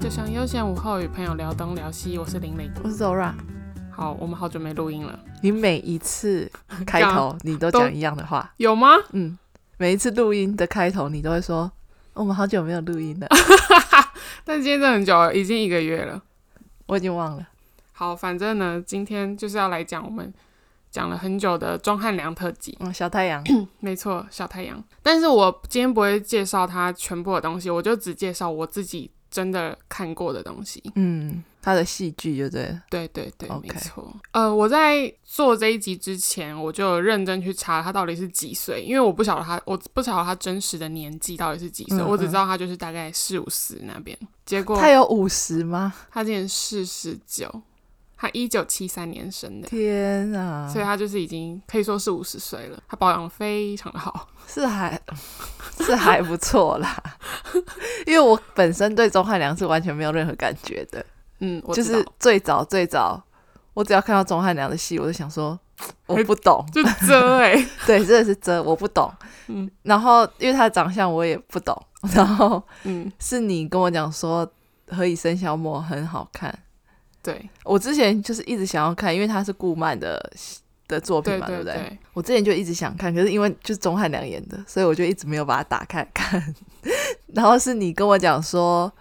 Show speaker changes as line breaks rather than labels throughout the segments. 就像悠闲午后与朋友聊东聊西，我是玲玲。
我是 Zora。
好，我们好久没录音了，
你每一 次开头你都
都
讲一样的话，
有吗？
嗯，每一次录音的开头你都会说，哦我们好久没有录音了，
但今天真的很久了，已经一个月了。
我已经忘了。
好，反正呢，今天就是要来讲我们讲了很久的钟汉良特辑。
嗯，小太阳，
没错，小太阳。但是我今天不会介绍他全部的东西，我就只介绍我自己真的看过的东西。
嗯，他的戏剧就对了，
对对对
OK
没错。呃，我在做这一集之前，我就有认真去查他到底是几岁，因为我不晓得他，我不晓得他真实的年纪到底是几岁，
嗯嗯
我只知道他就是大概四五十那边。结果
他有五十吗？
他今年是十九，他一九七三年生的。
天啊，
所以他就是已经可以说是五十岁了，他保养得非常的好。
是还是还不错 啦，因为我本身对钟汉良是完全没有任何感觉的，
嗯，我
就
知道
是最早最早，我只要看到钟汉良的戏，我就想说。我不懂，
就遮哎、
对，真的是真，我不懂。
嗯
然后因为他的长相我也不懂， 然后
嗯，
是你跟我讲说《何以笙箫默》很好看，
对
我之前就是一直想要看，因为他是顾漫的的作品
对
嘛，
对
不对？
对，
我之前就一直想看，可是因为就是钟汉良演的，所以我就一直没有把它打开看。 然后是你跟我讲说。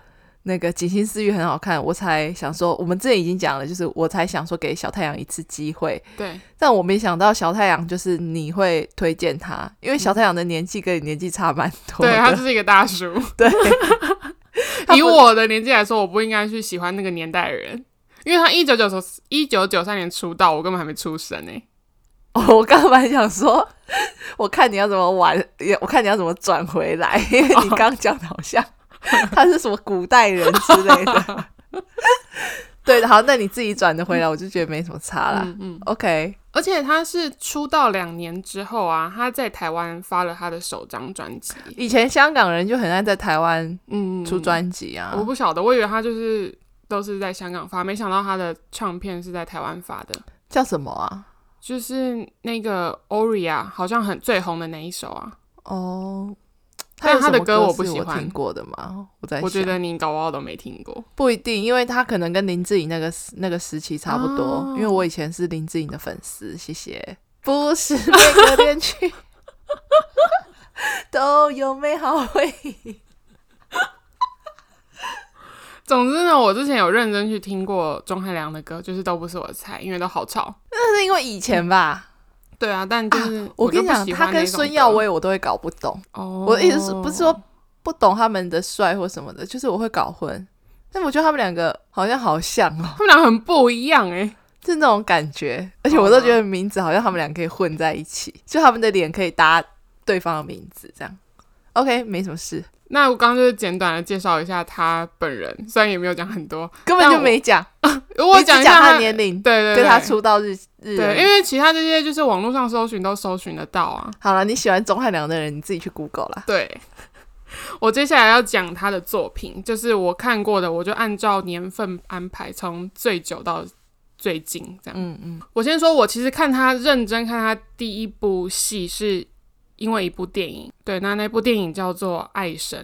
那个《锦心似玉》很好看，我才想说，我们之前已经讲了，就是我才想说给小太阳一次机会，
对
但我没想到小太阳就是你会推荐他，因为小太阳的年纪跟你年纪差蛮多
嗯 对，他
的。
就是一个大叔。
对，他
以
不
我的年纪来说，我不应该去喜欢那个年代的人，因为他一九九一九九三年出道，我根本还没出生呢、
哦我刚刚本来想说，我看你要怎么玩，也我看你要怎么转回来，因
哦
为你刚讲的好像他是什么古代人之类的。 对，好，那你自己转的回来，我就觉得没什么差啦。
嗯嗯，
OK，
而且他是出道两年之后啊，他在台湾发了他的首张专辑。
以前香港人就很爱在台湾
嗯，
出专辑啊，
我不晓得，我以为他就是都是在香港发，没想到他的唱片是在台湾发的，
叫什么啊？
就是那个 Oria 好像很最红的那一首啊，
哦，
但
有
他
什
的
么
歌
歌
我
是
不喜欢
听过的吗？我在
我觉
想
得你搞不好都没听过。
不一定，因为他可能跟林志颖那个时那个时期差不多。
哦
因为我以前是林志颖的粉丝，谢谢。 不是每个恋曲都有美好回 忆。
总之呢，我之前有认真去听过钟汉良的歌，就是都不是我的菜，因为都好吵。
那是因为以前吧。
对啊，但就是、
我跟你
就
讲，
不喜欢
他
那
跟
种
孙耀
歌，
威我都会搞不懂。
哦
我一直是不是说不懂他们的帅或什么的，就是我会搞混。但我觉得他们两个好像好像哦，
他们俩很不一样哎、
是那种感觉，而且我
嗯
都觉得名字好像他们俩可以混在一起，就他们的脸可以搭对方的名字这样。OK，没什么事，
那我刚刚就是简短的介绍一下他本人，虽然也没有讲很多，
根本就没讲，
如果
你只
讲一
讲
下
他的年龄，
对对对，
跟他出道日日而
对，
已。
因为其他这些就是网络上搜寻都搜寻得到啊。
好了，你喜欢钟汉良的人，你自己去 Google 啦。
对，我接下来要讲他的作品，就是我看过的，我就按照年份安排，从最久到最近这样。
嗯嗯，
我先说，我其实看他认真看他第一部戏，是因为一部电影。对，那那部电影叫做《爱神》，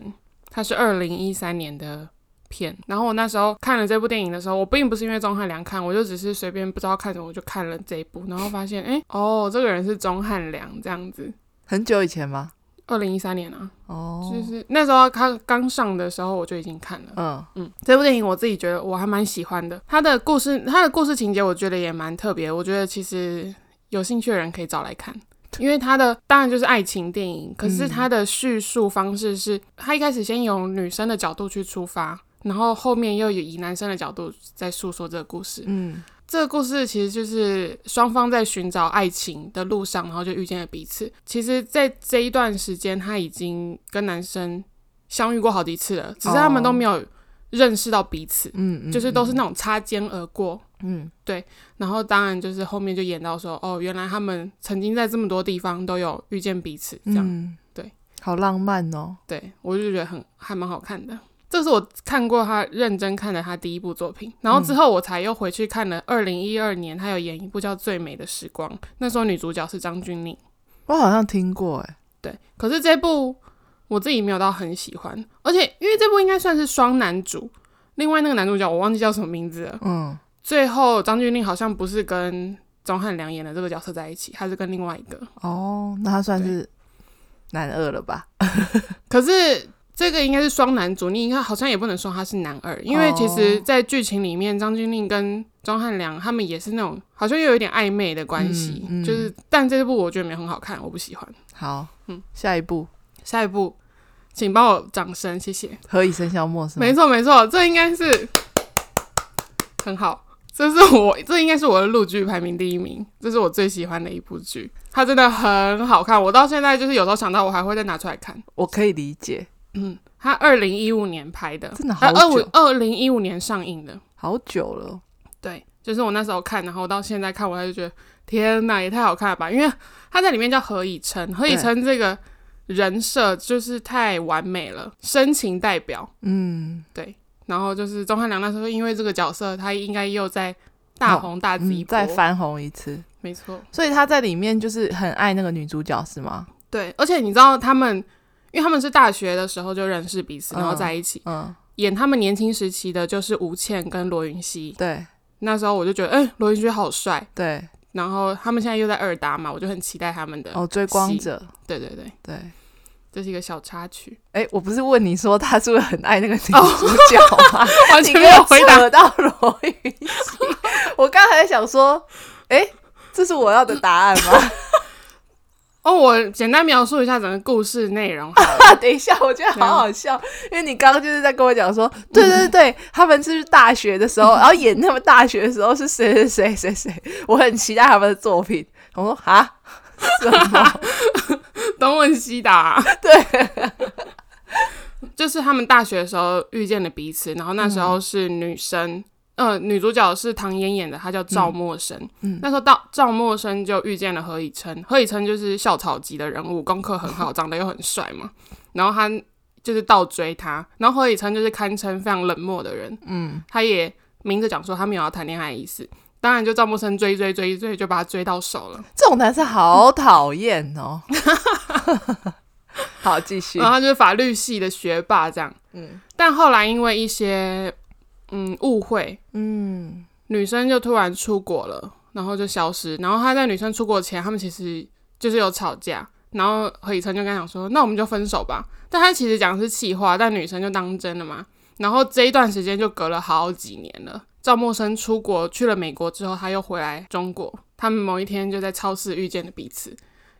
它是二零一三年的片。然后我那时候看了这部电影的时候，我并不是因为钟汉良看，我就只是随便不知道看什么，我就看了这一部，然后发现，哎、哦，这个人是钟汉良这样子。
很久以前吗？
二零一三年啊，
哦，
就是那时候他刚上的时候，我就已经看了。
嗯，
嗯，这部电影我自己觉得我还蛮喜欢的。它的故事，它的故事情节我觉得也蛮特别。我觉得其实有兴趣的人可以找来看，因为它的当然就是爱情电影，可是它的叙述方式是，它一开始先由女生的角度去出发，然后后面又以男生的角度在诉说这个故事。
嗯
这个故事其实就是双方在寻找爱情的路上，然后就遇见了彼此。其实，在这一段时间，她已经跟男生相遇过好几次了，只是他们都没有认识到彼此，
嗯嗯，
就是都是那种擦肩而过。
嗯
然后，当然就是后面就演到说，哦，原来他们曾经在这么多地方都有遇见彼此，这样。
嗯，
对，
好浪漫哦。
对我就觉得很还蛮好看的。这是我看过他认真看的他第一部作品，然后之后我才又回去看了二零一二年他有演一部叫《最美的时光》，那时候女主角是张钧甯。
我好像听过哎，
对，可是这部我自己没有到很喜欢，而且因为这部应该算是双男主，另外那个男主角我忘记叫什么名字了。
嗯，
最后张钧甯好像不是跟钟汉良演的这个角色在一起，他是跟另外一个。
哦，那他算是男二了吧？
可是这个应该是双男主，你应该好像也不能说他是男二，因为其实，在剧情里面，张钧甯跟钟汉良他们也是那种好像又有一点暧昧的关系，
嗯嗯
就是但这部我觉得没有很好看，我不喜欢。
好，
嗯
下一步
下一部，请帮我掌声，谢谢。
何以笙箫默是吗？
没错没错，这应该是很好，这是我这应该是我的陆剧排名第一名，这是我最喜欢的一部剧，它真的很好看，我到现在就是有时候想到我还会再拿出来看。
我可以理解，
嗯，它二零一五年拍的，
真的好
呃，二五
久
二零一五年上映的，
好久了。
对，就是我那时候看，然后到现在看，我还是觉得天哪，也太好看了吧！因为他在里面叫何以琛，何以琛这个人设就是太完美了，深情代表。
嗯，
然后就是钟汉良那时候因为这个角色，他应该又在大红大紫一
嗯
波，
再翻红一次，
没错，
所以他在里面就是很爱那个女主角是吗？
对。而且你知道他们，因为他们是大学的时候就认识彼此，
嗯
然后在一起、
嗯，
演他们年轻时期的就是吴倩跟罗云熙。
对
那时候我就觉得，哎、罗云熙好帅。
对，
然后他们现在又在二搭嘛，我就很期待他们的。
哦，追光者，
对对对，
对。
这是一个小插曲，
哎，我不是问你说他是不是很爱那个 女主角吗？
完
你
全哦
给
没有
我
回答。
扯到罗云熙，我刚才想说，哎，这是我要的答案吗？
哦，我简单描述一下整个故事内容好了。
啊，等一下，我觉得好好笑，因为你刚刚就是在跟我讲说，对对对，他们是大学的时候，然后演他们大学的时候是谁谁谁谁谁，我很期待他们的作品。我说啊，什 么？
东问西答、
对，
就是他们大学的时候遇见了彼此，然后那时
嗯
候是女生，呃，女主角是唐嫣演的，她叫赵默笙。
嗯
那时候到赵默笙就遇见了何以琛，何以琛就是校草级的人物，功课很 好，长得又很帅嘛。然后他就是倒追她，然后何以琛就是堪称非常冷漠的人，
嗯，
他也明着讲说他没有要谈恋爱的意思。当然，就赵默笙追追追追，就把他追到手了。
这种男生好讨厌哦。 好，继续
然。后他就是法律系的学霸这样。
嗯
但后来因为一些嗯误会，
嗯，
女生就突然出国了，然后就消失。然后他在女生出国前，他们其实就是有吵架。然后何以琛就跟他讲说：“那我们就分手吧。”但他其实讲的是气话，但女生就当真了嘛。然后这一段时间就隔了好几年了。赵默笙出国去了美国之后，他又回来中国。他们某一天就在超市遇见了彼此。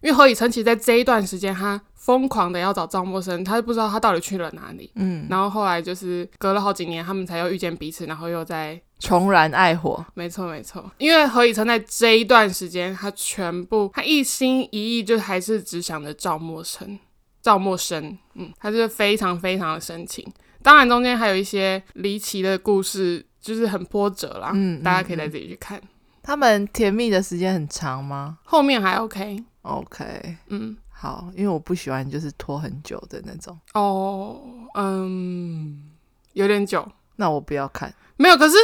因为何以琛其实在这一段时间，他疯狂的要找赵默笙，他不知道他到底去了哪里。
嗯，
然后后来就是隔了好几年，他们才又遇见彼此，然后又在
重燃爱火。
没错，没错，因为何以琛在这一段时间，他全部他一心一意，就还是只想着赵默笙，赵默笙，嗯，他是非常非常的深情。当然，中间还有一些离奇的故事，就是很波折啦，
嗯嗯
大家可以再自己去看。
他们甜蜜的时间很长吗
后面还 OK，
？OK，
嗯，
好，因为我不喜欢就是拖很久的那种，
哦，嗯，有点久，
那我不要看。
没有，可是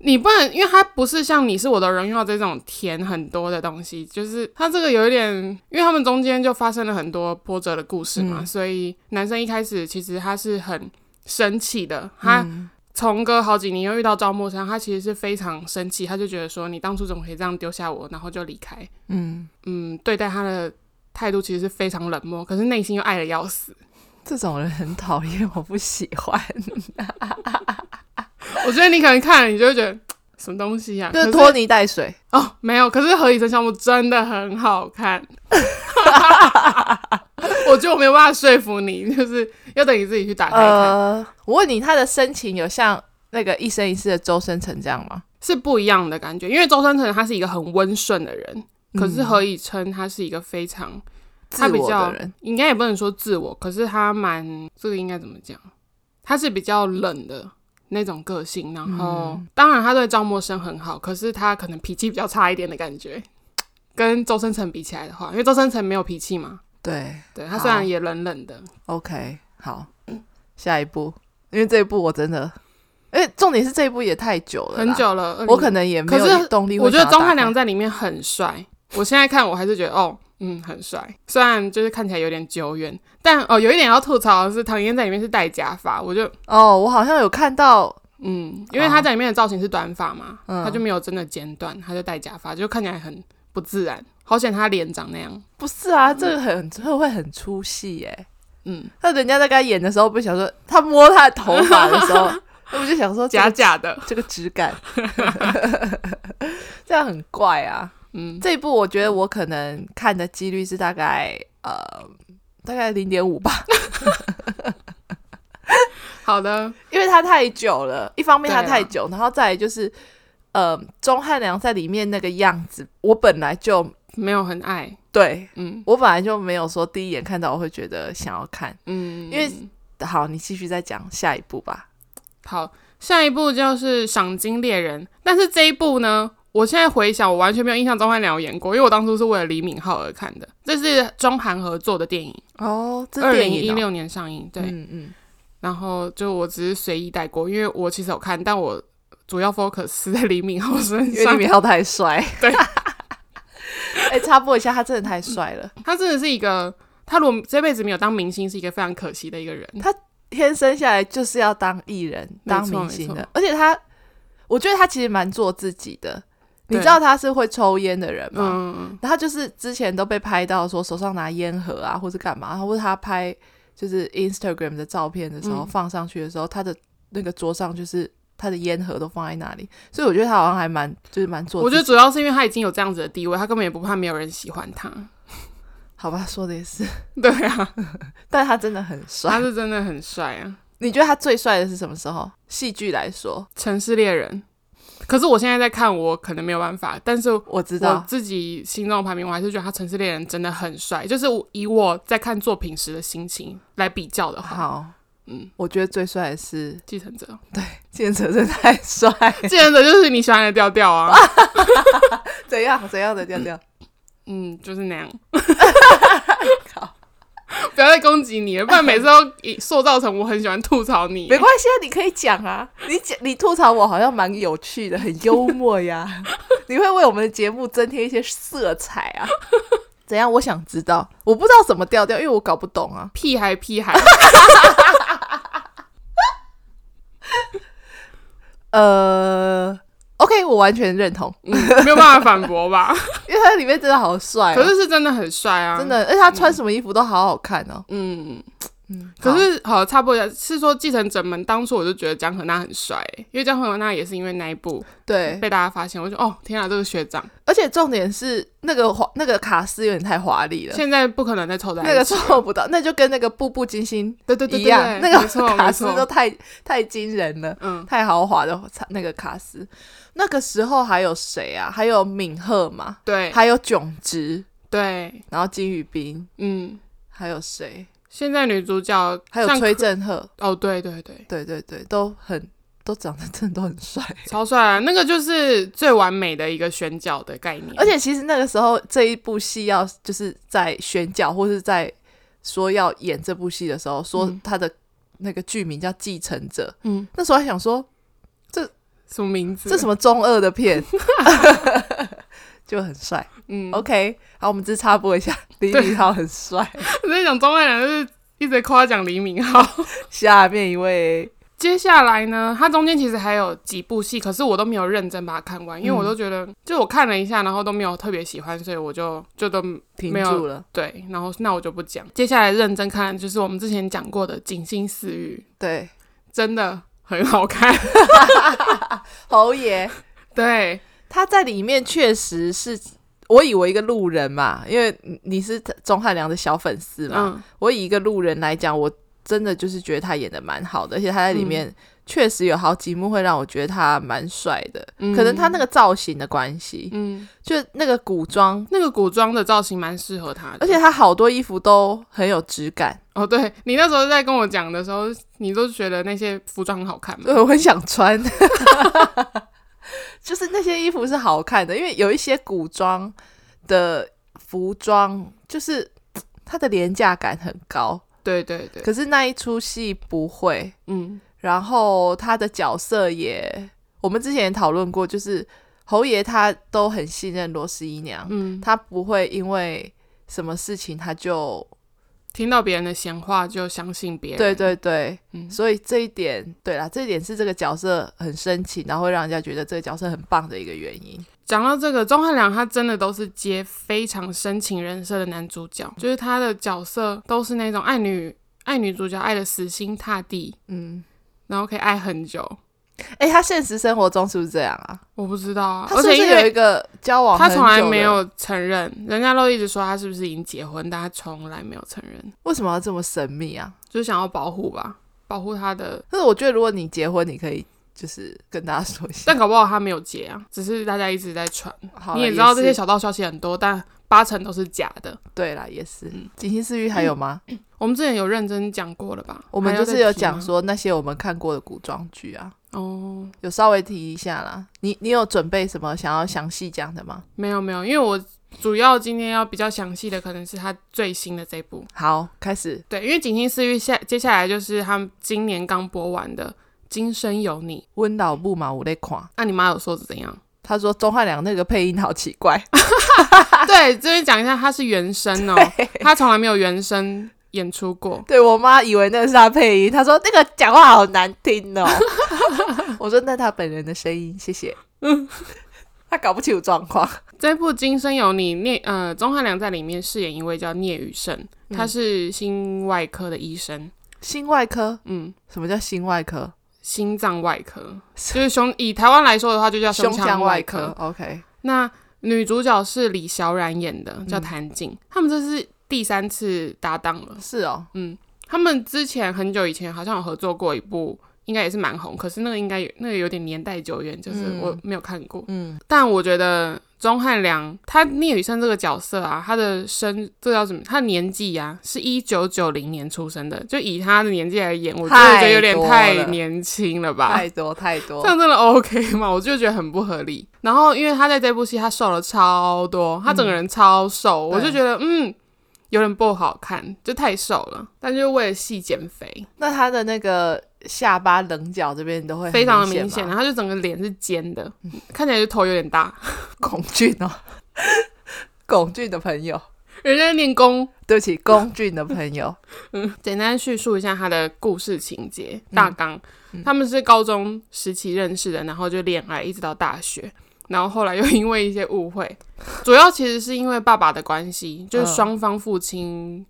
你不能，因为它不是像你是我的荣耀这种甜很多的东西，就是它这个有一点，因为他们中间就发生了很多波折的故事嘛，
嗯
所以男生一开始其实他是很生气的，他
嗯
从隔好几年又遇到赵默笙，他其实是非常生气，他就觉得说你当初怎么可以这样丢下我，然后就离开，
嗯。
嗯，对待他的态度其实是非常冷漠，可是内心又爱的要死，
这种人很讨厌，我不喜欢。
我觉得你可能看了你就会觉得什么东西呀、啊，
就是
可
拖泥带水，
哦，没有，可是《何以笙箫默》真的很好看，我觉得我没有办法说服你，就是要等你自己去打开看，
呃，我问你，他的深情有像那个一生一世的周生辰这样吗？
是不一样的感觉。因为周深成他是一个很温顺的人，可是何以琛他是一个非常，
自
他比
我
较
的人，
应该也不能说自我，可是他蛮这个应该怎么讲？他是比较冷的那种个性，然后、当然他对赵默笙很好，可是他可能脾气比较差一点的感觉，跟周深成比起来的话，因为周深成没有脾气嘛。
对
对他
好
虽然也冷冷的，
，OK，好，下一步，因为这一步我真的，哎，重点是这一步也太久了，
很，久了，
我
20
可能也没
可
有
是
动力会
我
想
觉
要打开。
得钟汉良在里面很帅，我现在看我还是觉得哦，嗯，很帅。虽然就是看起来有点久远，但哦，有一点要吐槽的是，唐嫣在里面是戴假发，我就
哦，我好像有看到
嗯，因为他在里面的造型是短发嘛，
嗯
他就没有真的剪短，他就戴假发，就看起来很不自然。好险他脸长那样，
不是啊，这个很这个会很出戏耶、
嗯，
那人家在跟他演的时候，不是想说他摸他的头发的 时候，那我就想说这
假
个
假的，
这个质感， 这样很怪啊。
嗯，
这一部我觉得我可能看的几率是大概呃大概零点五吧，
好的，
因为它太久了。一方面它
对啊
太久，然后再来就是呃钟汉良在里面那个样子，我本来就
没有很爱，
对
嗯
我本来就没有说第一眼看到我会觉得想要看。
嗯，
因为好，你继续再讲下一部吧。
好，下一部就是《赏金猎人》，但是这一部呢，我现在回想，我完全没有印象钟汉良有演过，因为我当初是为了李敏镐而看的，这是中韩合作的电影，
哦，这
二
电
零
影
一
哦、
六年上映，对，
嗯嗯，
然后就我只是随意带过，因为我其实有看，但我主要 focus 在李敏镐身
因为
上
李。敏镐太帅。
对，
哎、插播一下，他真的太帅了，
他真的是一个，他如果这辈子没有当明星，是一个非常可惜的一个人。
天生下来就是要当艺人、
没错
当明星
没
的
错，
而且他，我觉得他其实蛮做自己的。你
对
知道他是会抽烟的人吗？
嗯，
然后他就是之前都被拍到说手上拿烟盒啊，或是干嘛，然后或者他拍就是 Instagram 的照片的时候、
嗯
放上去的时候，他的那个桌上就是他的烟盒都放在那里，所以我觉得他好像还蛮就是蛮做自
我
己的。
觉得主要是因为他已经有这样子的地位，他根本也不怕没有人喜欢他。
好吧，说的也是，
对啊，
但他真的很
他
帅。
是真的很帅啊，
你觉得他最帅的是什么时候？戏剧来说，
《城市猎人》。可是我现在在看，我可能没有办法，但是
我知
我
道，
自己心中的排名，我还是觉得他《城市猎人》真的很帅。就是我以我在看作品时的心情来比较的话，
好，
嗯，
我觉得最帅的是
继承者，
建哲，真的太帅。
继承者就是你喜欢的调调啊，
怎样怎样的调调？
嗯，就是那 样。
靠
不要再攻击你了，不然每次都以塑造成我很喜欢吐槽你
没。关系啊，你可以讲啊，你讲你吐槽我好像蛮有趣的，很幽默呀， 你会为我们的节目增添一些色彩 啊。怎样？我想知道，我不知道什么调调，因为我搞不懂啊。
屁孩屁孩，
呃，OK，我完全认 同，
嗯没有办法反驳 吧？
因为他里面真的好帅、啊
可是是真的很帅啊，
哎真。的，而且他穿什么衣服都好好看哦。
嗯，
嗯，
可
好
是好，差不多了是说继承者们当初我就觉得江河娜很帅、因为江河娜也是因为那一部
对，
被大家发现，我就哦天啊，这个学长
而且重点是那个华那个卡斯有点太华丽了，
现在不可能再凑在一起
那个凑不到，那就跟那个步步惊心
对对对
一
对
样，
对，
那
没
个
错
卡
没
斯都
错，
太太惊人了，
嗯
太豪华的那个卡斯。那个时候还有谁啊？还有敏赫嘛，
对
还有炯植，
对
然后金宇彬，
嗯，
还有谁？
现在女主角
还有
像
崔振赫，
哦对对对，
对对对，都很都长得真的都 很帅。
超帅、啊，那个就是最完美的一个选角的概念。
而且其实那个时候这一部戏要就是在选角或是在说要演这部戏的时候，说
嗯
他的那个剧名叫《继承者》，
嗯，
那时候还想说
什么名字？
这什么中二 的片， 就很帅。
嗯，
OK，好，我们只是插播一下，李敏镐很帅。
我在讲钟汉良就是一直夸奖李敏镐。
下面一位，
接下来呢，他中间其实还有几部戏，可是我都没有认真把它看完，因为我都觉得，就我看了一下，然后都没有特别喜欢，所以我就就都
停
没有
住了，
对，然后那我就不讲。接下来认真看的就是我们之前讲过的《锦心似玉
对，》，
真的很好看。
侯爷
对，
他在里面确实是。我以为一个路人嘛，因为你你是钟汉良的小粉丝嘛，
嗯，
我以一个路人来讲，我真的就是觉得他演的蛮好的，而且他在
嗯
里面确实有好几幕会让我觉得他蛮帅的，
嗯
可能他那个造型的关系，
嗯，
就那个古装，
那个古装的造型蛮适合他的，
而且他好多衣服都很有质感，
哦，对你那时候在跟我讲的时候，你都觉得那些服装很好看嘛？
对，我很想穿。 就是那些衣服是好看的，因为有一些古装的服装，就是嘖它的廉价感很高，
对对对，
可是那一出戏不会，
嗯
然后他的角色也，我们之前也讨论过，就是侯爷他都很信任罗十一娘，
嗯，
他不会因为什么事情他就
听到别人的闲话就相信别人。
对，对对，
嗯
所以这一点，对啦，这一点是这个角色很深情，然后会让人家觉得这个角色很棒的一个原因。
讲到这个，钟汉良他真的都是接非常深情人设的男主角，就是他的角色都是那种爱女爱女主角爱的死心塌地，
嗯，
然后可以爱很久。
哎、他现实生活中是不是这样啊？
我不知道啊，
他是不
而且
是
因为
有一个交往
他
很久
从
的
来没，有承认，人家都一直说他是不是已经结婚，但他从来没有承认，
为什么要这么神秘啊？
就是想要保护吧，保护他的。
但是我觉得，如果你结婚，你可以就是跟大家说一下。
但搞不好他没有结啊，只是大家一直在传。
好啦
你也知道这些
是
小道消息很多，但八成都是假的。
对啦，也是。
嗯
锦心似玉还有吗？
我们之前有认真讲过了吧？
我们
嗯还
就
要再
是有
提吗
讲说那些我们看过的古装剧啊，
哦，
有稍微提一下啦。你你有准备什么想要详细讲的吗？
没有没有，因为我主要今天要比较详细的可能是他最新的这部，
好，开始。
对，因为《锦心似玉》下接下来就是他们今年刚播完的《今生有你》。啊
温老布嘛，我在看。
那、你妈有说怎样？
他说钟汉良那个配音好奇怪，
对，这边讲一下，他是原声哦，他从来没有原声演出过。
对我妈以为那是他配音，她说那个讲话好难 听哦。 我说那他本人的声音，谢谢。他搞不清楚状况。
这部《今生有你》，聂呃，钟汉良在里面饰演一位叫聂雨盛，
嗯
他是心外科的医生，
心外科，
嗯，
什么叫心外科？
心脏外科，就是胸以台湾来说的话，就叫
胸
腔
腔外
科。
科。OK，
那女主角是李小冉演的，
嗯
叫谭静。他们这是第三次搭档了。
是哦，
嗯，他们之前很久以前好像有合作过一部，应该也是蛮红，可是那个应该有那个有点年代久远，就是
嗯
我没有看过。
嗯，
但我觉得钟汉良他聂雨生这个角色啊，他的生这叫什么？他的年纪啊，是一九九零年出生的，就以他的年纪来演，我真的觉得有点
太多
太
了
年轻了吧？
太多太多
这。样真的 OK 吗？我就觉得很不合理。然后因为他在这部戏他瘦了超多，他整个人超瘦，我就
对
觉得嗯有点不好看，就太瘦了。但就是为了戏减肥，
那他的那个下巴棱角这边都会很
非常的明
显
显，啊
吗，
然后就整个脸是尖的，看起来就头有点大。
龚俊哦， 龚俊的朋友，
人家在练功。
对不起，龚俊的朋友，
简单叙述一下他的故事情节大纲。他们是高中时期认识的，然后就恋爱，一直到大学，然后后来又因为一些误会， 主要其实是因为爸爸的关系，就是
嗯
双方父亲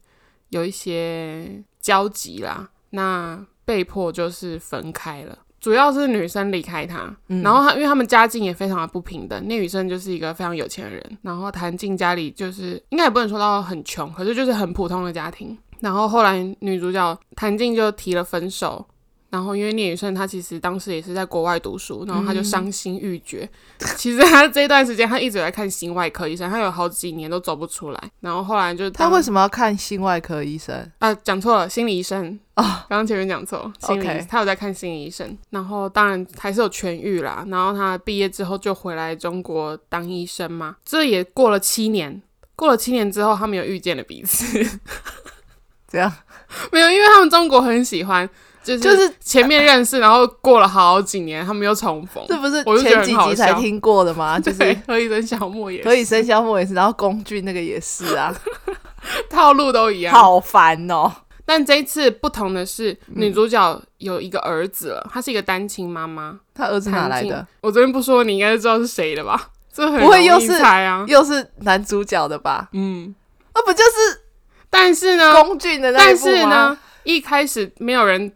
有一些交集啦，那被迫就是分开了。主要是女生离开他，
嗯
然后他因为他们家境也非常的不平等，聂雨生就是一个非常有钱人，然后谭静家里就是应该也不能说到很穷，可是就是很普通的家庭。然后后来女主角谭静就提了分手，然后因为聂雨生他其实当时也是在国外读书，然后他就伤心欲绝。 其实他这段时间他一直有在看心外科医生，他有好几年都走不出来。然后后来就
他
当
为什么要看心外科医生？
啊，讲错了，心理医生啊，刚刚前面讲错，心理医
哦 OK
他有在看心理医生，然后当然还是有痊愈啦。然后他毕业之后就回来中国当医生嘛，这也过了七年。过了七年之后，他们有遇见了彼此，
这样
没有，因为他们中国很喜欢，就是
就是
前面认识，然后过了好几年，他们又重逢，
这不是
我就觉得很
前几
好
集才
笑
听过的 吗？就是
对，和一生小莫也
何以笙箫默也是，然后龚俊那个也 是啊，
套路都一样，
好嗯烦哦。
但这一次不同的是，女主角有一个儿子了，她是一个单亲妈妈。
他儿子哪来
谭
的
静？？我这边不说，你应该就知道是谁了吧？这很
不会
容
又
易
是
猜啊。
又是男主角的吧？
嗯，
那不就是
但是呢，
龚俊的那一
啊但
部
是
吗
呢？，一开始没有人，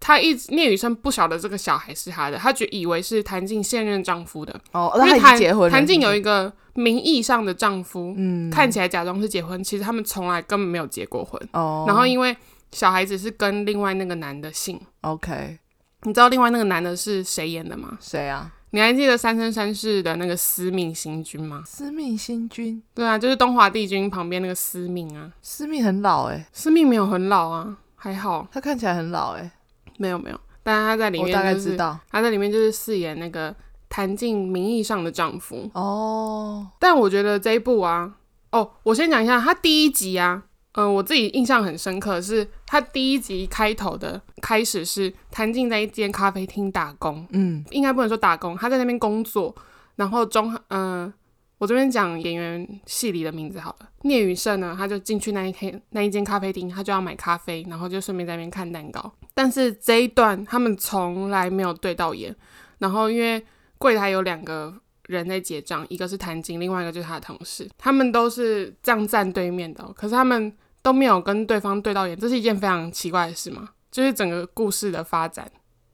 她一直聂雨生不晓得这个小孩是她的，她觉以为是谭静现任丈夫的，
哦，
因
那他
为
已经
谭
结婚了。
谭静
是不
有
是
一个名义上的丈夫，
嗯
看起来假装是结婚，其实他们从来根本没有结过婚。
哦，
然后因为小孩子是跟另外那个男的姓，
OK
你知道另外那个男的是谁演的吗？
谁啊？
你还记得《三生三世》的那个司命星君吗？
司命新君，
对啊，就是东华帝君旁边那个司命啊。
司命很老哎、
司命没有很老啊，还好，
他看起来很老哎、
没有没有。但是他在里
我
面、就是，
大概知道
他在里面就是饰演那个谭静名义上的丈夫。
哦。
但我觉得这一部啊，哦，我先讲一下，他第一集啊，嗯、我自己印象很深刻是，他第一集开头的开始是谭静在一间咖啡厅打工，
嗯，
应该不能说打工，他在那边工作，然后钟嗯、我这边讲演员戏里的名字好了。聂宇胜呢，他就进去那一天那一间咖啡厅，他就要买咖啡，然后就顺便在那边看蛋糕。但是这一段他们从来没有对到眼。然后因为柜台有两个人在结账，一个是谭晶，另外一个就是他的同事，他们都是这样站对面的哦、可是他们都没有跟对方对到眼，这是一件非常奇怪的事嘛。就是整个故事的发展，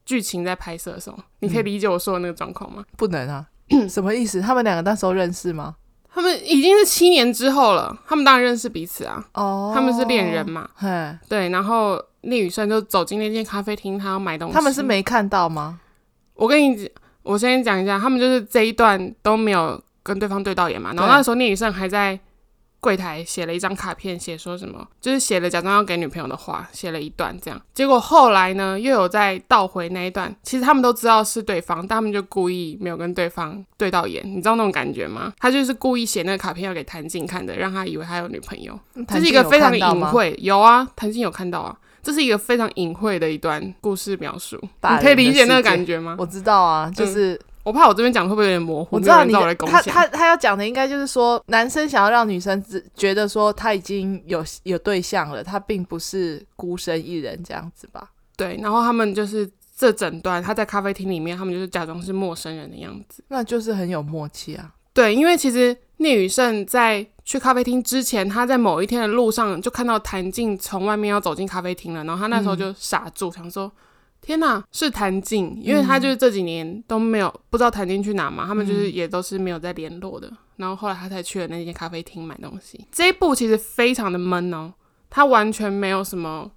剧情在拍摄的时候，你
嗯
可以理解我说的那个状况吗？
不能啊， 什么意思？他们两个那时候认识吗？
他们已经是七年之后了，他们当然认识彼此啊，
哦，
他们是恋人，嘛。
嘿，
对，然后聂宇胜就走进那间咖啡厅，他要买东西。
他们是没看到吗？
我跟你讲，我先讲一下，他们就是这一段都没有跟对方对到眼嘛。然后
对
那时候聂宇胜还在柜台写了一张卡片，写说什么，就是写了假装要给女朋友的话，写了一段这样。结果后来呢，又有再倒回那一段，其实他们都知道是对方，但他们就故意没有跟对方对到眼，你知道那种感觉吗？他就是故意写那个卡片要给谭静看的，让他以为他有女朋 友。嗯这
谭
是一
晶
个
有
非常
看到
隐
吗，
晦，有啊，谭晶有看到啊，这是一个非常隐晦的一段故事描述，
大
你可以
人的
理解那个
世界
感觉吗？
我知道啊，就是
我怕我这边讲会不会有点模糊？
我知道
没
你
有人嗯知道我
他
在攻
他他要讲的应该就是说，男生想要让女生只觉得说他已经有有对象了，他并不是孤身一人这样子吧？
对，然后他们就是这整段他在咖啡厅里面，他们就是假装是陌生人的样子。
那就是很有默契啊。
对，因为其实聂宇胜在去咖啡厅之前，他在某一天的路上就看到谭静从外面要走进咖啡厅了，然后他那时
嗯
候就傻住，想说。天呐，是谭静，因为他
嗯
就是这几年都没有、不知道谭静去哪嘛，他们就是也都是没有在联络的。然后后来他才去了那间咖啡厅买东西。这一部其实非常的闷哦，他完全没有什么，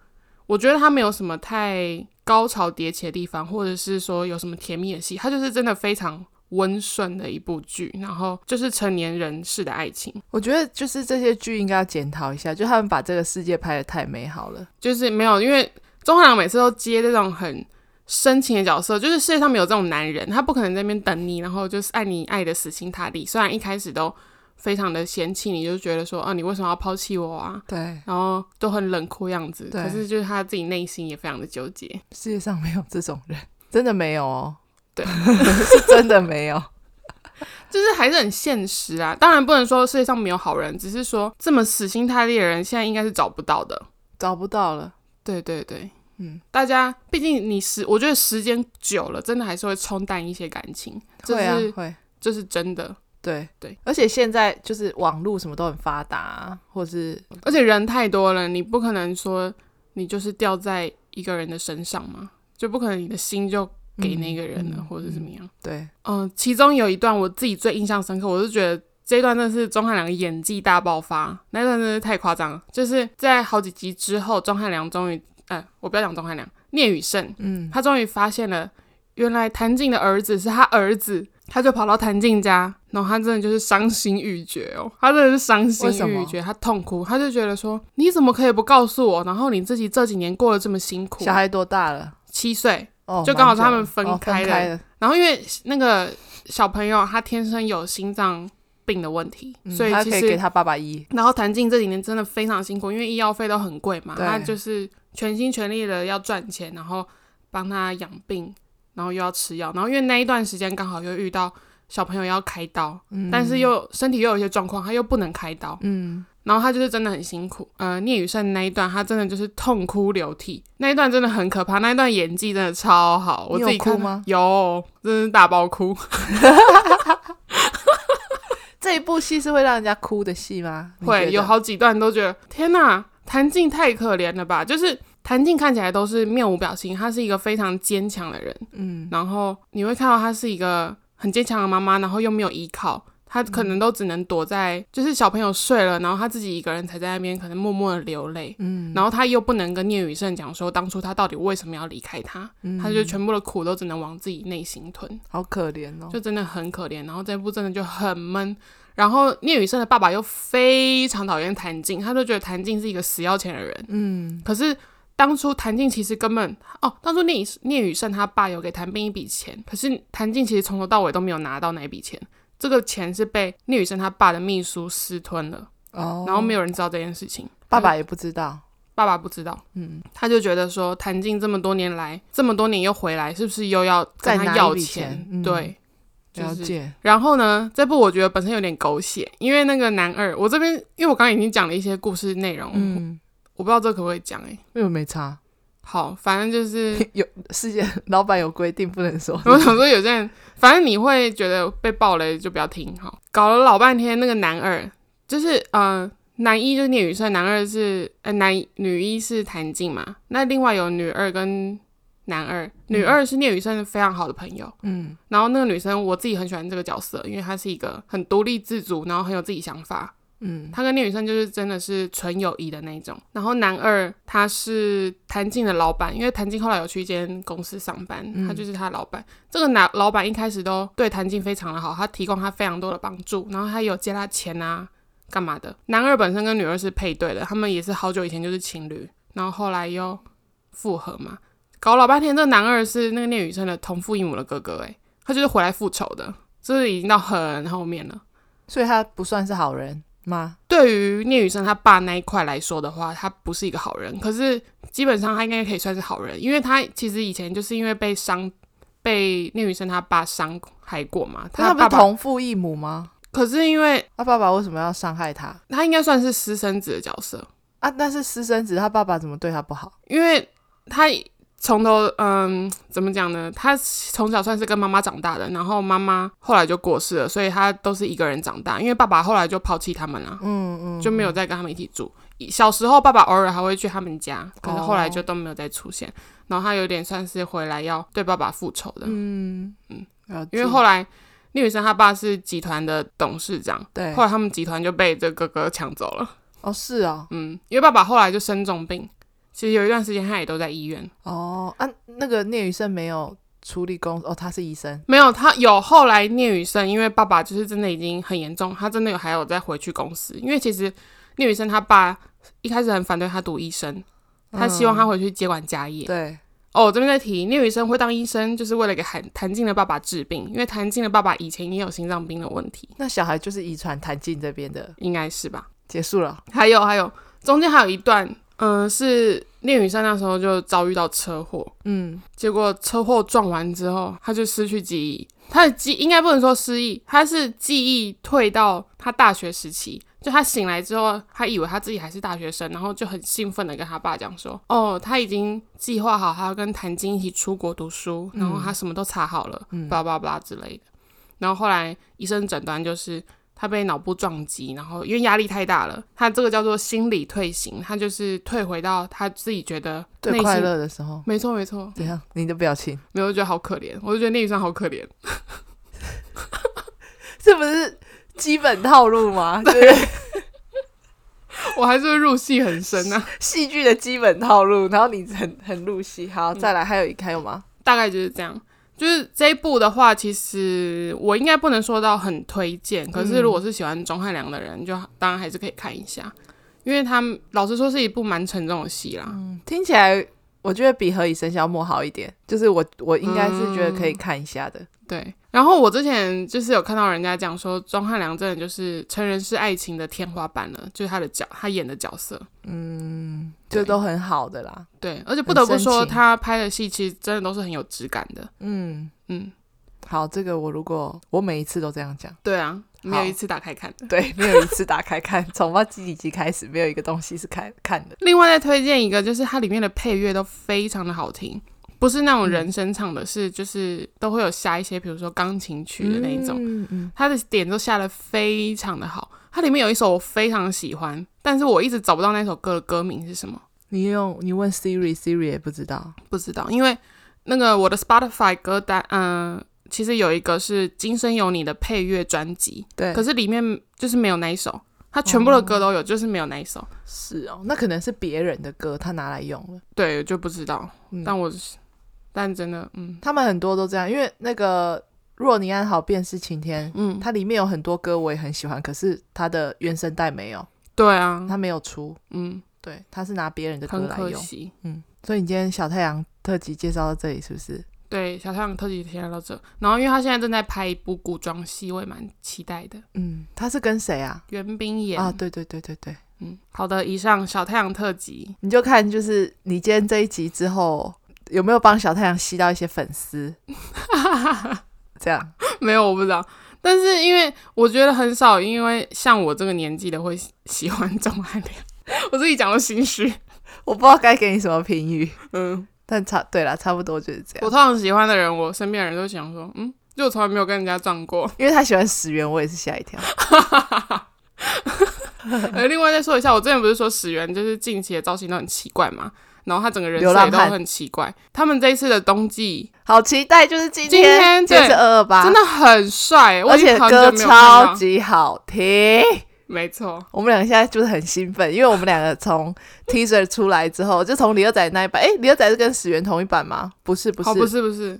我觉得他没有什么太高潮迭起的地方，或者是说有什么甜蜜的戏，他就是真的非常温顺的一部剧，然后就是成年人式的爱情，
我觉得就是这些剧应该要检讨一下，就他们把这个世界拍的太美好了。
就是没有，因为钟汉良每次都接这种很深情的角色，就是世界上没有这种男人，他不可能在那边等你，然后就是爱你爱的死心塌地，虽然一开始都非常的嫌弃你，就觉得说啊，你为什么要抛弃我啊？
对，
然后都很冷酷样子，
对
可是就是他自己内心也非常的纠结。
世界上没有这种人， 真的没有哦。
对
是真的没有。
就是还是很现实啊。当然不能说世界上没有好人，只是说这么死心塌地的人，现在应该是找不到的。
找不到了。
对对对，
嗯，
大家毕竟你时，我觉得时间久了，真的还是会冲淡一些感情，这
会啊
是、，
会。
这是真的。
对
对，
而且现在就是网络什么都很发达、啊，或是
而且人太多了，你不可能说你就是掉在一个人的身上嘛，就不可能你的心就给那个人了，
嗯
或者是怎么样。
对，
嗯，其中有一段我自己最印象深刻，我就觉得这一段真的是钟汉良演技大爆发，那一段真的是太夸张了。就是在好几集之后，钟汉良终于，呃，我不要讲钟汉良，聂宇胜，
嗯，
他终于发现了，原来谭静的儿子是他儿子，他就跑到谭静家，然后他真的就是伤心欲绝哦，他真的是伤心
为什
欲
么
绝，他痛哭，他就觉得说，你怎么可以不告诉我？然后你自己这几年过得这么辛苦，
小孩多大了？
七岁，
哦，
就刚好
蛮久了
他们分
哦
开了嗯
开了，
然后因为那个小朋友他天生有心脏病的问题，
嗯
所以
他
其
可以给
实
他爸爸医。
然后谭静这几年真的非常辛苦，因为医药费都很贵嘛，
对
他就是全心全力的要赚钱，然后帮他养病，然后又要吃药，然后因为那一段时间刚好又遇到小朋友要开刀，
嗯
但是又身体又有一些状况，他又不能开刀，
嗯，
然后他就是真的很辛苦。呃，聂宇胜那一段，他真的就是痛哭流涕，那一段真的很可怕，那一段演技真的超好，我
你有
自己看
哭吗
有，真的是大爆哭。
这一部戏是会让人家哭的戏吗？你觉
会
得
有好几段都觉得天哪，谭静太可怜了吧！就是谭静看起来都是面无表情，她是一个非常坚强的人，
嗯，
然后你会看到她是一个很坚强的妈妈，然后又没有依靠。她可
嗯
能都只能躲在，就是小朋友睡了，然后她自己一个人才在那边，可能默默的流泪。嗯，然后她又不能跟聂宇胜讲说，当初她到底为什么要离开他，
嗯
她就全部的苦都只能往自己内心吞。
好可怜哦。
就真的很可怜。然后这部真的就很闷。然后聂宇胜的爸爸又非常讨厌谭静，他就觉得谭静是一个死要钱的人。
嗯，
可是当初谭静其实根本哦，当初聂宇聂宇胜他爸有给谭斌一笔钱，可是谭静其实从头到尾都没有拿到那一笔钱。这个钱是被聂宇胜他爸的秘书私吞了，
哦，
然后没有人知道这件事情。
爸爸也不知道，
爸爸不知道，
嗯，
他就觉得说谭静这么多年来，这么多年又回来，是不是又要
再
跟他
拿一
要
笔
钱？
钱嗯
对，就是
了解，
然后呢，这部我觉得本身有点狗血，因为那个男二，我这边因为我刚刚已经讲了一些故事内容，
嗯，
我不知道这可不可以讲哎、
因为我没差。
好，反正就是
有世界老板有规定不能说，
我想说有些人，反正你会觉得被爆雷就不要听好，搞了老半天，那个男二就是呃，男一就是聂宇胜，男二是呃男女一是谭静嘛，那另外有女二跟男二，女二是聂宇胜非常好的朋友，
嗯
然后那个女生我自己很喜欢这个角色，因为她是一个很独立自主，然后很有自己想法，
嗯，
他跟聂宇胜就是真的是纯友谊的那一种。然后男二他是谭静的老板，因为谭静后来有去一间公司上班，
嗯
他就是他的老板。这个男老板一开始都对谭静非常的好，他提供他非常多的帮助，然后他也有借他钱啊，干嘛的。男二本身跟女二是配对的，他们也是好久以前就是情侣，然后后来又复合嘛。搞老半天，这个男二是那个聂宇胜的同父异母的哥哥、欸，诶，他就是回来复仇的，这是已经到很后面了。
所以他不算是好人吗？
对于聂雨生他爸那一块来说的话，他不是一个好人，可是基本上他应该可以算是好人，因为他其实以前就是因为被伤，被聂雨生他爸伤害过嘛。
但他不
爸
是
爸，
同父异母吗？
可是因为
他爸爸为什么要伤害他
他应该算是私生子的角色，
啊？但是私生子，他爸爸怎么对他不好？
因为他从头嗯怎么讲呢？他从小算是跟妈妈长大的，然后妈妈后来就过世了，所以他都是一个人长大，因为爸爸后来就抛弃他们了。
嗯嗯，
就没有再跟他们一起住。小时候，爸爸偶尔还会去他们家，可是后来就都没有再出现。
哦
然后他有点算是回来要对爸爸复仇的，
嗯
嗯
嗯，了解
因为后来聂雨生他爸是集团的董事长，
对
后来他们集团就被这哥哥抢走了。
哦是哦
嗯，因为爸爸后来就生重病，其实有一段时间他也都在医院。
哦啊，那个聂宇胜没有处理公哦，他是医生
没有，他有后来聂雨生，因为爸爸就是真的已经很严重，他真的有还有再回去公司，因为其实聂雨生他爸一开始很反对他读医生，他希
嗯
望他回去接管家业。
对
哦，我这边在提，聂雨生会当医生，就是为了给谭谭静的爸爸治病，因为谭静的爸爸以前也有心脏病的问题，
那小孩就是遗传谭静这边的，
应该是吧？
结束了。
还有还有，中间还有一段，嗯、是聂雨生那时候就遭遇到车祸，
嗯，
结果车祸撞完之后，他就失去记忆，他的记应该不能说失忆，他是记忆退到他大学时期。就他醒来之后，他以为他自己还是大学生，然后就很兴奋的跟他爸讲说：“哦，他已经计划好，他要跟谭晶一起出国读书，然后他什么都查好了，
嗯
巴拉巴拉巴拉之类的。”然后后来医生诊断就是他被脑部撞击，然后因为压力太大了，他这个叫做心理退行，他就是退回到他自己觉得内
最
心
快乐的时候
没错没错，
怎样？你的表情，
没有，就觉得好可怜，我就觉得聂雨生好可怜。
这不是基本套路吗？ 就是
我还是会入戏很深 啊，
戏剧的基本套路，然后你很很入戏。好，再来，还有一还有吗？
大概就是这样。就是这一部的话，其实我应该不能说到很推荐，可是如
嗯
果是喜欢钟汉良的人，就当然还是可以看一下，因为他们老实说是一部蛮沉重的戏啦。
听起来我觉得比《何以笙箫默》好一点，就是我我应该是觉得可以看一下的。
对，然后我之前就是有看到人家讲说，钟汉良真的就是成人是爱情的天花板了，就是他的角，他演的角色。
嗯，就都很好的啦。
对，而且不得不
很
说，
深情
他拍的戏其实真的都是很有质感的。
嗯，
嗯，
好，这个我如果我每一次都这样 讲，
对啊，没有
好
一次打开看的。
对，没有一次打开看，从不知道第几集开始，没有一个东西是看看的。
另外再推荐一个，就是它里面的配乐都非常的好听，不是那种人声唱的，是就是都会有下一些，比如说钢琴曲的那一种，
嗯嗯，
它的点都下的非常的好。它里面有一首我非常喜欢，但是我一直找不到那首歌的歌名是什么，
你用你问 Siri，Siri 也不知道。
不知道，因为那个我的 Spotify 歌单，嗯、其实有一个是《今生有你》的配乐专辑，
对，哦
可是里面就是没有那一首，它全部的歌都有，就是没有那一首。
是哦，那可能是别人的歌，他拿来用了。
对，就不知道，
嗯
但我是但真的，嗯
他们很多都这样，因为那个《若你安好便是晴天》，
嗯，
它里面有很多歌我也很喜欢，可是它的原声带没有，
对啊，
它没有出，
嗯，
对，它是拿别人的歌
很
来
可
用。嗯
惜。
所以你今天小太阳特辑介绍到这里，是不是？
对，小太阳特辑先到这，然后因为他现在正在拍一部古装戏，我也蛮期待的。
嗯，他是跟谁啊？
袁冰妍
啊，，对对对对对，
嗯，好的，以上小太阳特辑，
你就看就是你今天这一集 之后有没有帮小太阳吸到一些粉丝，这样
没有，我不知道。但是因为我觉得很少，因为像我这个年纪的会喜喜欢钟汉良， 我自己讲都心虚。
我不知道该给你什么评语，
嗯，
但差对了，差不多就是这
我
样。
通常喜欢的人，我身边的人都想说，嗯，就我从来没有跟人家撞过。
因为他喜欢石原，我也是吓一跳。
呃，另外再说一下，我之前不是说始源就是近期的造型都很奇怪嘛，然后他整个人
流
设也
浪
都
汉
很奇怪。他们这一次的冬季
好期待，就是今
今天
今天是
对
二二八，
真的很帅，我
啊而
已经
且
好
歌
久没有看
超
到。
级好听。
没错，
我们两个现在就是很兴奋，因为我们两个从 teaser 出来之后，就从李二仔那一版，诶，李二仔是跟史源同一版吗？不是，不
哦，
是，
不是不是，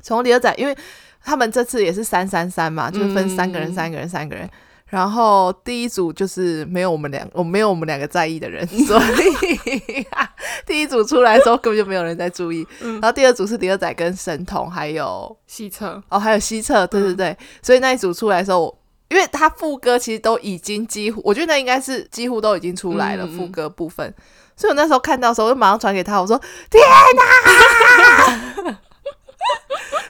从李二仔，因为他们这次也是三三三嘛，就是分三个人、
嗯
三个人、三个人。然后第一组就是没有我们两， 我没有我们两个在意的人，
嗯
所以、啊第一组出来的时候根本就没有人在注意。
嗯
然后第二组是李二仔跟神童，还有
西侧
哦，还有西侧，对
嗯
对对，所以那一组出来的时候，我因为他副歌其实都已经几乎，我觉得那应该是几乎都已经出来了、
嗯嗯嗯
副歌部分，所以我那时候看到的时候，我就马上传给他，我说：“天哪，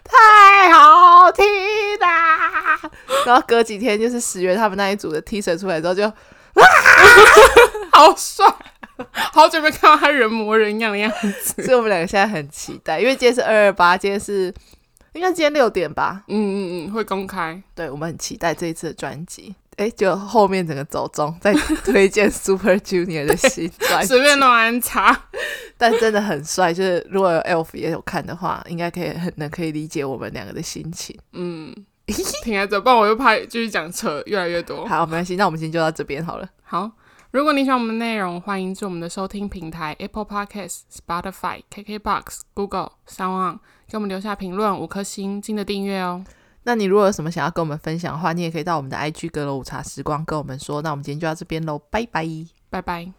太好听啦！”然后隔几天就是十月他们那一组的 T 恤出 来之后就，
好帅，好久没看到他人模人样的样子。
所以我们两个现在很期待，因为今天是二二八，今天是应该今天六点吧，
嗯嗯嗯，会公开。
对，我们很期待这一次的专辑。哎，就后面整个走中在推荐 Super Junior 的新专辑，
随便乱查，
但真的很帅。就是如果有 Elf 也有看的话，应该可以很能可以理解我们两个的心情。
嗯，停在这，不然我又怕继续讲扯越来越多。
好，没关系，那我们今天就到这边好了。
好，如果你喜欢我们的内容，欢迎至我们的收听平台 Apple Podcasts、Spotify、KKBox、Google、Sound On 给我们留下评论，五颗星，记得订阅哦。
那你如果有什么想要跟我们分享的话，你也可以到我们的 IG 阁楼午茶时光跟我们说。那我们今天就到这边喽，拜拜。
拜拜。